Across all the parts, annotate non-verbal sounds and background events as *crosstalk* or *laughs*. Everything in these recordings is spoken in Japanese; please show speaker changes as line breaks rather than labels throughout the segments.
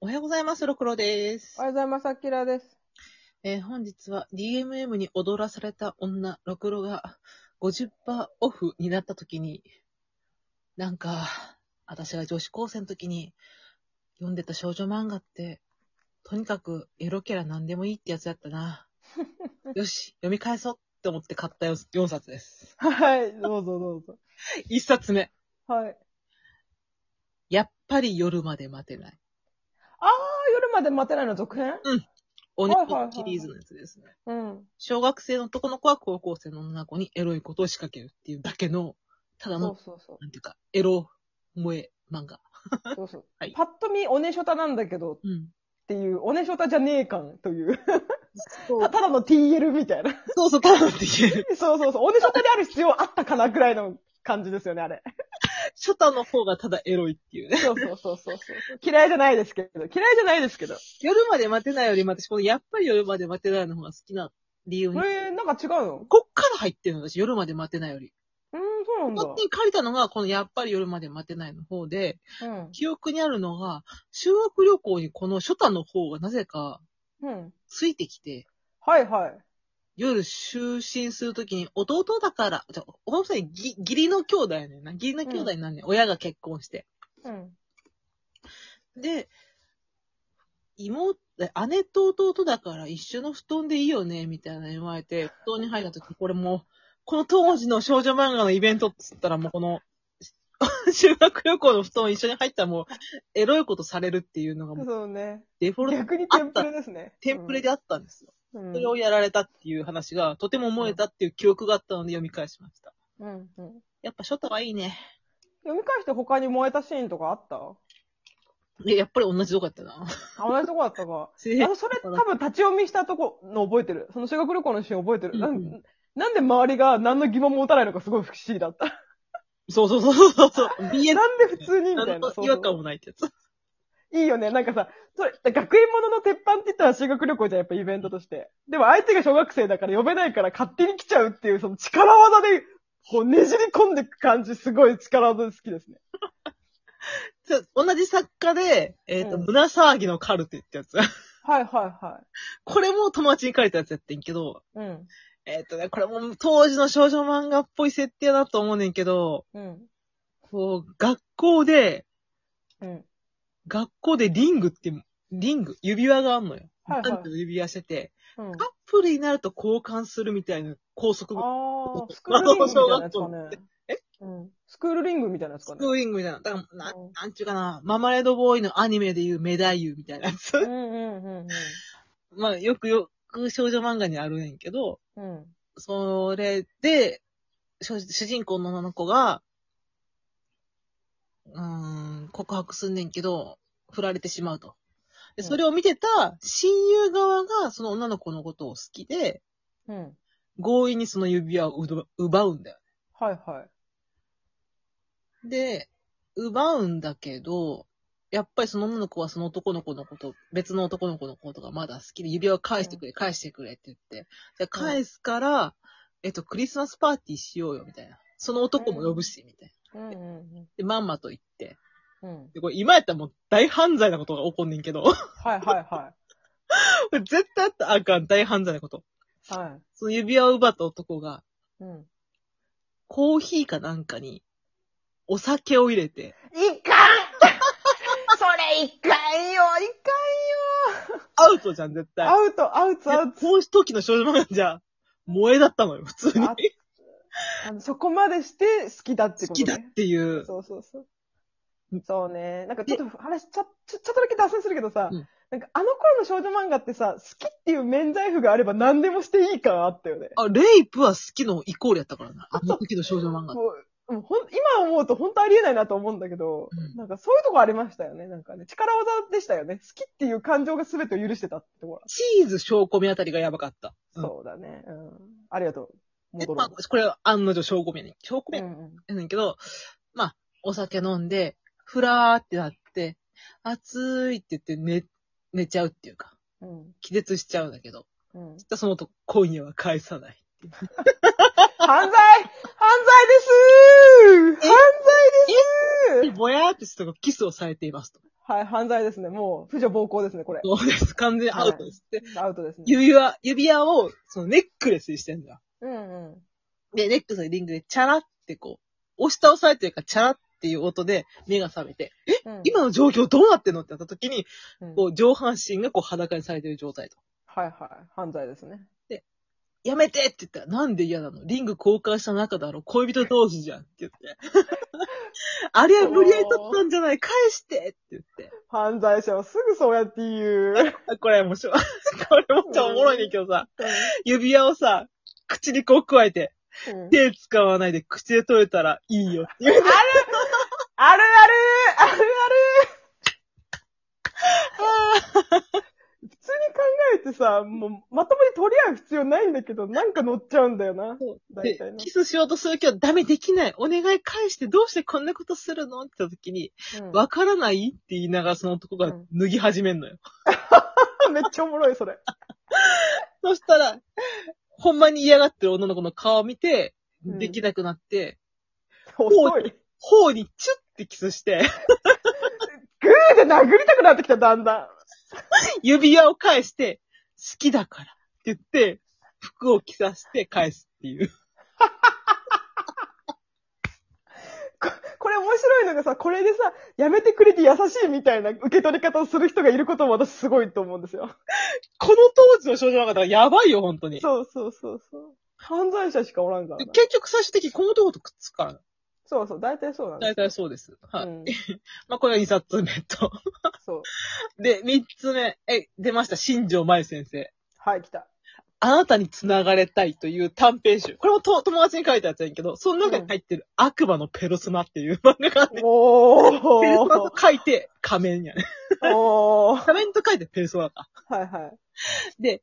おはようございます、ろくろです
おは。ようございます、あきらです。
えー本日は DMM に踊らされた女、ろくろが50%オフになった時に、なんか、私が女子高生の時に読んでた少女漫画って、とにかくエロキャラ何でもいいってやつだった
*laughs*
な。よし、読み返そうって思って買った4冊です。
はい、どうぞどうぞ。
1冊目。
はい。
やっぱり夜まで待てない。
あー、夜まで待てないの続編
鬼
はいはいはいはい
シリーズのやつですね。
うん。
小学生の男の子は高校生の女の子にエロいことを仕掛けるっていうだけの、ただ
そう
の、
そう *laughs* そう。
なんていうか、エロ萌え漫画。
そうそう
はい
パッと見、おねしょたなんだけどっ
うん。
ていう、おねしょたじゃねえ感という。
そう
たただの TL みた *laughs* いな。
そうそう、ただって言える。
そうそうそう。おねしょたである必要あったかなぐらいの感じですよね、あれ。
初太の方がただエロいっていうね。
そうそうそうそうそう。 *laughs* 嫌いじゃないですけど。嫌いじゃないですけど。
夜まで待てないよりも私、このやっぱり夜まで待てないの方が好きな理由
え
に。
ー、なんか違うの
こっから入ってるの私、夜まで待てないより。
うーん、そうなんだ
こっ。ちに借りたのが、このやっぱり夜まで待てないの方で、
うん。
記憶にあるのが、修学旅行にこの初太の方がなぜか
うん。
ついてきて、
はいはい。
夜就寝するときに、弟だから、じゃあ、お母さんにぎ義理の兄弟やねんな。義理の兄弟になんねん、親が結婚して。
うん。
で、妹、姉と弟だから一緒の布団でいいよね、みたいな言われて、布団に入ったとき、これもう、この当時の少女漫画のイベントっつったらもうこの、 *laughs* 修学旅行の布団一緒に入ったらもう、エロいことされるっていうのがもう
そうね。
デフォルト、
逆にテンプレですね。
テンプレであったんですよ。
うん。
それをやられたっていう話が、とても思えたっていう記憶があったので読み返しました。
うん。うん。
やっぱショタはいいね。
読み返して他に燃えたシーンとかあった
いや、やっぱり同じとこやったな。
あ、同じとこだったか。
せー
あそれ多分立ち読みしたとこの覚えてる。その修学旅行のシーン覚えてる。なん
うんう
なんで周りが何の疑問も持たないのかすごい不思議だった。
*laughs* そうそうそうそうそう。BS
なんで普通にみた
ないん
な。
と
そう
違
そう
和感もないってやつ。
いいよね。なんかさ、それ、学園ものの鉄板って言ったら修学旅行じゃんやっぱイベントとして。でも相手が小学生だから呼べないから勝手に来ちゃうっていうその力技で、こうねじり込んでいく感じ、すごい力技で好きですね。
そう同じ作家で、えっ、と、
うん
胸騒ぎのカルテってやつ。 *laughs*
はいはいは
これも友達に書いたやつやってんけど、
い。うん。
えっ、とね、これも当時の少女漫画っぽい設定だと思うねんけど、
うん。
こう、学校で、
うん。
学校でリングって、リング、指輪があんのよ。
はいはい
男女の指輪してて、
うん。
カップルになると交換するみたいな高速
ああ、スク
まあ
*laughs* ールリングみたいなや
小
つか
学
ね。
え
うん。スクールリングみたいなやつか
ス
ね
ク。ーリングみたいな。だから、な
うん
なんちゅうかな、ママレードボーイのアニメで言うメダイユみたいな *laughs* や
うん
つ。
うんうん
まあ、よくよく少女漫画にあるねんけど、
うん。うん。
それで、主主人公の女の子が、うーん、告白すんねんけど、振られてしまうと。で、
うん
それを見てた親友側がその女の子のことを好きで、
うん。
強引にその指輪を奪奪うんだよ。
はいはい。
で、奪うんだけど、やっぱりその女の子はその男の子のこと、別の男の子のことがまだ好きで、指輪を返してくれ、返してくれって言って。じゃあ返すから、えっと、クリスマスパーティーしようよ、みたいな。その男も呼ぶし、みたいな。
うんうん
で、まんまと言って。
うん。うん。
で、これ今やったらもう大犯罪なことが起こんねんけど。こ *laughs*
はいはいは
れ絶対あったらあかん、大犯罪なこと。
い。はい。
その指輪を奪った男が、
うん。
コーヒーかなんかに、お酒を入れて、
いかん *laughs* それいかんよい
アウトじゃん、絶対。
かんよアウト、アウト、アウ
でこういう時の少女漫画じゃ、萌えだったのよ、普通に
あ。ト。あのそこまでして好きだって
好
こ
き
と
だっ
ね。
ていう。
そうそうそう
うん。
そうね。なんかちょっと話、ちょ、ちょ、ちょっとだけ脱線するけどさ、
うん
なんかあの頃の少女漫画ってさ、好きっていう免罪符があれば何でもしていい感あったよね。
あ、レイプは好きのイコールやったからな。あの時の少女漫画。
もう、もうほん、今思うと本当ありえないなと思うんだけど、
うん
なんかそういうとこありましたよね。なんかね、力技でしたよね。好きっていう感情が全てを許してたってところ。
チーズ証拠みあたりがやばかった。うん
そうだね。うん。ありがとう。
で、
戻
ま
ろ
あ、これは案の定証拠みやねん。証拠み
う。う
や
んうん。
ねんけど、まあ、お酒飲んで、ふらーってなって、暑いって言って寝、寝ちゃうっていうか、
うん。
気絶しちゃうんだけど、
うん。
じゃあそのと今夜は返さない。
犯罪犯罪ですー犯罪ですー
ぼやーってしたとこキスをされていますと。
はい、犯罪ですね。もう、婦女暴行ですね、これ。
そうです。完全にアウトです。で、
アウトですね。
指輪、指輪を、そのネックレスにしてんだよ。
うんうん。
で、ネックレスのリングで、チャラってこう、押し倒されてるから、チャラっていう音で目が覚めて、
うん、
今の状況どうなってんのってなった時に、
うん
こう、上半身がこう裸にされてる状態と。
はいはい。犯罪ですね。
やめてって言ったら、なんで嫌なのリング交換した中だろ恋人同士じゃんって言って。 *laughs* あれは無理やり取ったんじゃない返してって言って。
犯罪者はすぐそうやって
*laughs*
言う。
あこれ面白い。これもっとおもろいねんけどさ、指輪をさ、口にこう加えて、
うんうん
手使わないで口で取れたらいいよって言う。
あるあるあるある普通に考えてさ、もう、まともに取り合う必要ないんだけど、なんか乗っちゃうんだよな。大
で
体、ね
キスしようとするけど、ダメできない。お願い返して、どうしてこんなことするのって言った時に、
うん
わからないって言いながらその男が脱ぎ始めんのよ。
めっちゃおもろい、それ。
そしたら、ほんまに嫌がってる女の子の顔を見て、
うん
できなくなって、
遅い。
頬にチュッてキスして、 *laughs*
グーで殴りたくなってきた、だんだん。
指輪を返して、好きだからって言って、服を着させて返すっていう。
ここれ面白いのがさ、これでさ、やめてくれて優しいみたいな受け取り方をする人がいることも私すごいと思うんですよ。
この当時の少女の方はやばいよ、本当に。
そうそうそうそう。犯罪者しかおらんからな。
結局最終的にこの男とくっつくからな。
そうそう、大体そうなん
大
だ。
体そうです。はい。
うん、
*laughs* まあ、これが2冊目と。
そう。
で、3つ目。え、出ました。新庄舞先生。
はい、来た。
あなたに繋がれたいという短編集。これもと友達に書いたやつやんけど、その中に入ってる悪魔のペロスマっていう漫画があって、
お
ペルソナ
ー
と書いて仮面やね。
*laughs* おー
仮面と書いてペルソナか。
はいはい。
で、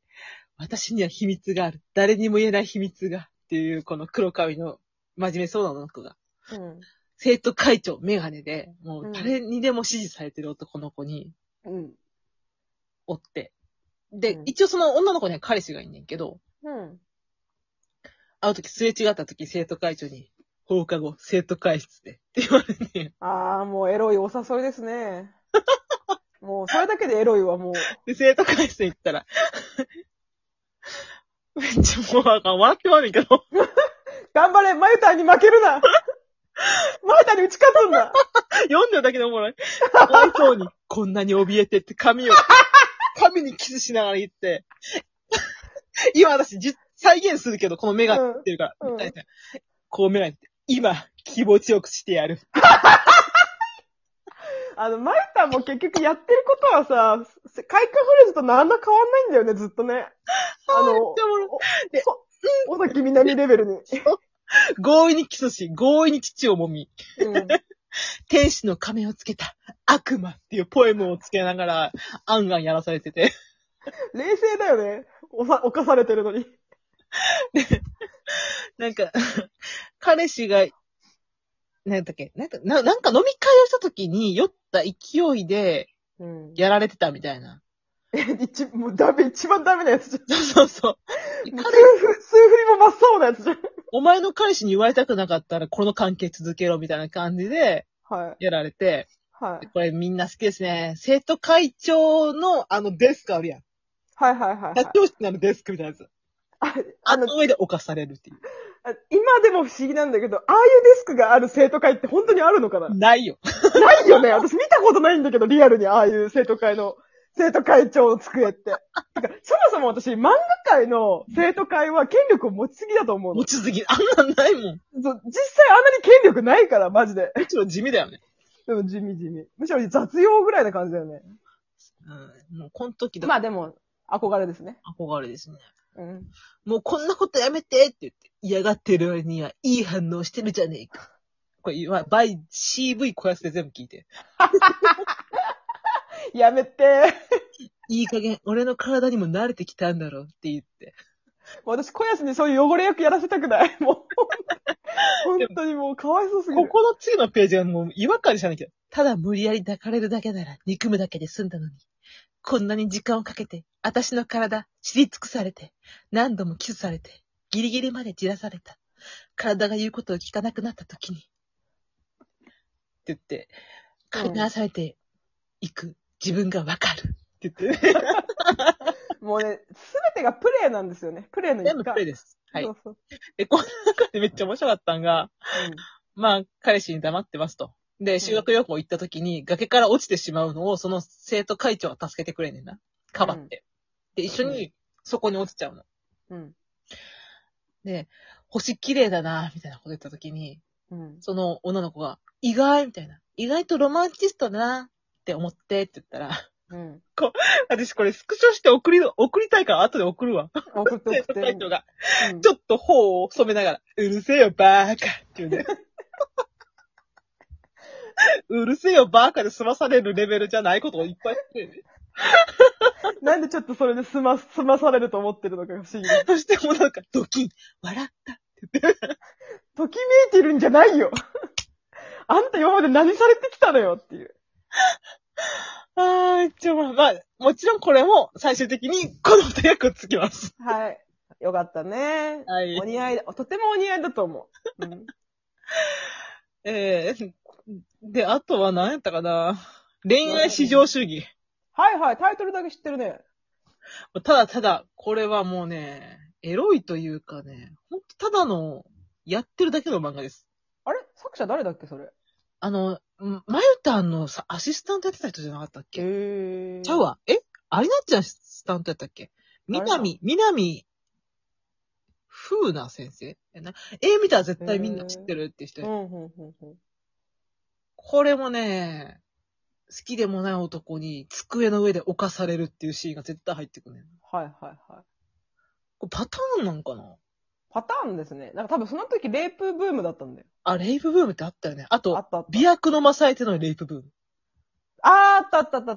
私には秘密がある。誰にも言えない秘密が。っていう、この黒髪の真面目そうな女の子が。
うん。
生徒会長、メガネで、も
う
うん誰にでも支持されてる男の子に
うん。
おって。で、
うん
一応その女の子には彼氏がいんねんけど、
うん。
会うときすれ違ったとき生徒会長に、放課後、生徒会室で。って言われて、
あー、もうエロいお誘いですね。もう、それだけでエロいわ、もう。
で、生徒会室に行ったら、 *laughs* めっちゃもうあかん、笑ってまうねんけど、 *laughs*
頑張れ、マユタンに負けるなマユタンに打ち勝つんだ
読んでるだけでおもろい。かわいそうに、こんなに怯えてって髪を、髪にキスしながら言って、 *laughs* 今私じ、再現するけど、この目が
うん
ってるから、
うん
みたいな。こう目がいって、今、気持ちよくしてやる。
あの、マイタンも結局やってることはさ、せ快感フレーズと何ら変わんないんだよね、ずっとね。あ
めっ
の
ち、ゃおもろいで
そ尾崎みなみレベルに。
強引にキスし、強引に父を揉み、
うん。
天使の仮面をつけた悪魔っていうポエムをつけながら、アンガンやらされて *laughs* て。
冷静だよね。おさ、犯されてるのに。
なんか、 *laughs* 彼氏が、なんだっけ、なんか、ななんか飲み会をした時に酔った勢いで
うん。
やられてたみたいな。 *laughs*
一、もうダメ、一番ダメなやつじゃん。
そうそうそう。
もう
彼
数振数振りも真っ青なやつじゃん。
お前の彼氏に言われたくなかったらこの関係続けろみたいな感じで
はい。
やられて、
はい。
これみんな好きですね。生徒会長のあのデスクあるやん。
はいはいはい、はい
社長室のあのデスクみたいなやつ。
あ。
あ
あの、
の上で犯されるっていう。
あ今でも不思議なんだけど、ああいうデスクがある生徒会って本当にあるのかな
ないよ。
ないよね。私見たことないんだけど、リアルにああいう生徒会の、生徒会長の机って。てかそもそも私、漫画界の生徒会は権力を持ちすぎだと思うの。
持ちすぎ。あんなんないもん。
そう実際あんなに権力ないから、マジで。
むしろ地味だよね。
でも地味地味。むしろ雑用ぐらいな感じだよね。
うん。もうこの時だ
あでも、憧れですね。
憧れですね。
うん。
もうこんなことやめてって言って、嫌がってる割にはいい反応してるじゃねえか。これ、まあ、バイ、CV 小安で全部聞いて。
やめて。
いい加減、俺の体にも慣れてきたんだろうって言って。
もう私、小安にそういう汚れ役やらせたくない。 *laughs* もう、本当にもう、かわいそうすぎ
こ
る。
この次のページはもう違和感しかないけど。ただ無理やり抱かれるだけなら憎むだけで済んだのに。こんなに時間をかけて、私の体知り尽くされて、何度もキスされて、ギリギリまで散らされた。体が言うことを聞かなくなった時に。って言って、
うん
買い流されて、行く。自分がわかる。って言って、ね、
もうね、すべてがプレイなんですよね。プレイの一
全部プ
環
レイです。はい
そ。うそう。
で、この中でめっちゃ面白かったんが、まあ、彼氏に黙ってますと。で、修学旅行行った時に崖から落ちてしまうのを、その生徒会長が助けてくれんねんな。かばって。で、一緒にそこに落ちちゃうの。
うん。
で、星綺麗だな、みたいなこと言った時に、
うん。うん。
その女の子が、意外みたいな。意外とロマンチストだな、って思って、って言ったら、
うん。
*laughs* 私これスクショして送りの、送りたいから後で送る *laughs* わ。
*laughs* 送って
生
送
徒
って。
会長が、
うん
ちょっと頬を染めながら、うるせえよ、バーカっていうね。うるせえよ、バーカで済まされるレベルじゃないことをいっぱい言って、ね。
なんでちょっとそれで済ま、済まされると思ってるのかが不思議。
そしてもうなんか、ドキン、笑った。
ときめいてるんじゃないよ。 *laughs* あんた今まで何されてきたのよっていう。
あー、一応まあ、まあ、もちろんこれも最終的にこの手がくっつきます。
はい。よかったね。
はい
お似合いだ、とてもお似合いだと思 *laughs* う。うん、
えー、で、あとは何やったかな恋愛至上主義。
はいはい、タイトルだけ知ってるね。
ただただ、これはもうね、エロいというかね、ほんとただの、やってるだけの漫画です。
あれ作者誰だっけそれ。
あの、んまゆたんのさ、アシスタントやってた人じゃなかったっけ、
へ
ちゃう。わ。えありなっちゃんアシスタントやったっけみなみ、みなみ、ふうな先生えな、絵見たら絶対みんな知ってるって人
う
や、
ん、うん、うん、うん。
これもね、好きでもない男に机の上で犯されるっていうシーンが絶対入ってくるねん。
はいはいはい。
これパターンなんかな
パターンですね。なんか多分その時レイプブームだったんだよ。
あ、レイプブームってあったよね。あ
あ
と、
ったあった。
美薬のマサエテのレイプブーム。
あーあったあったあったあった。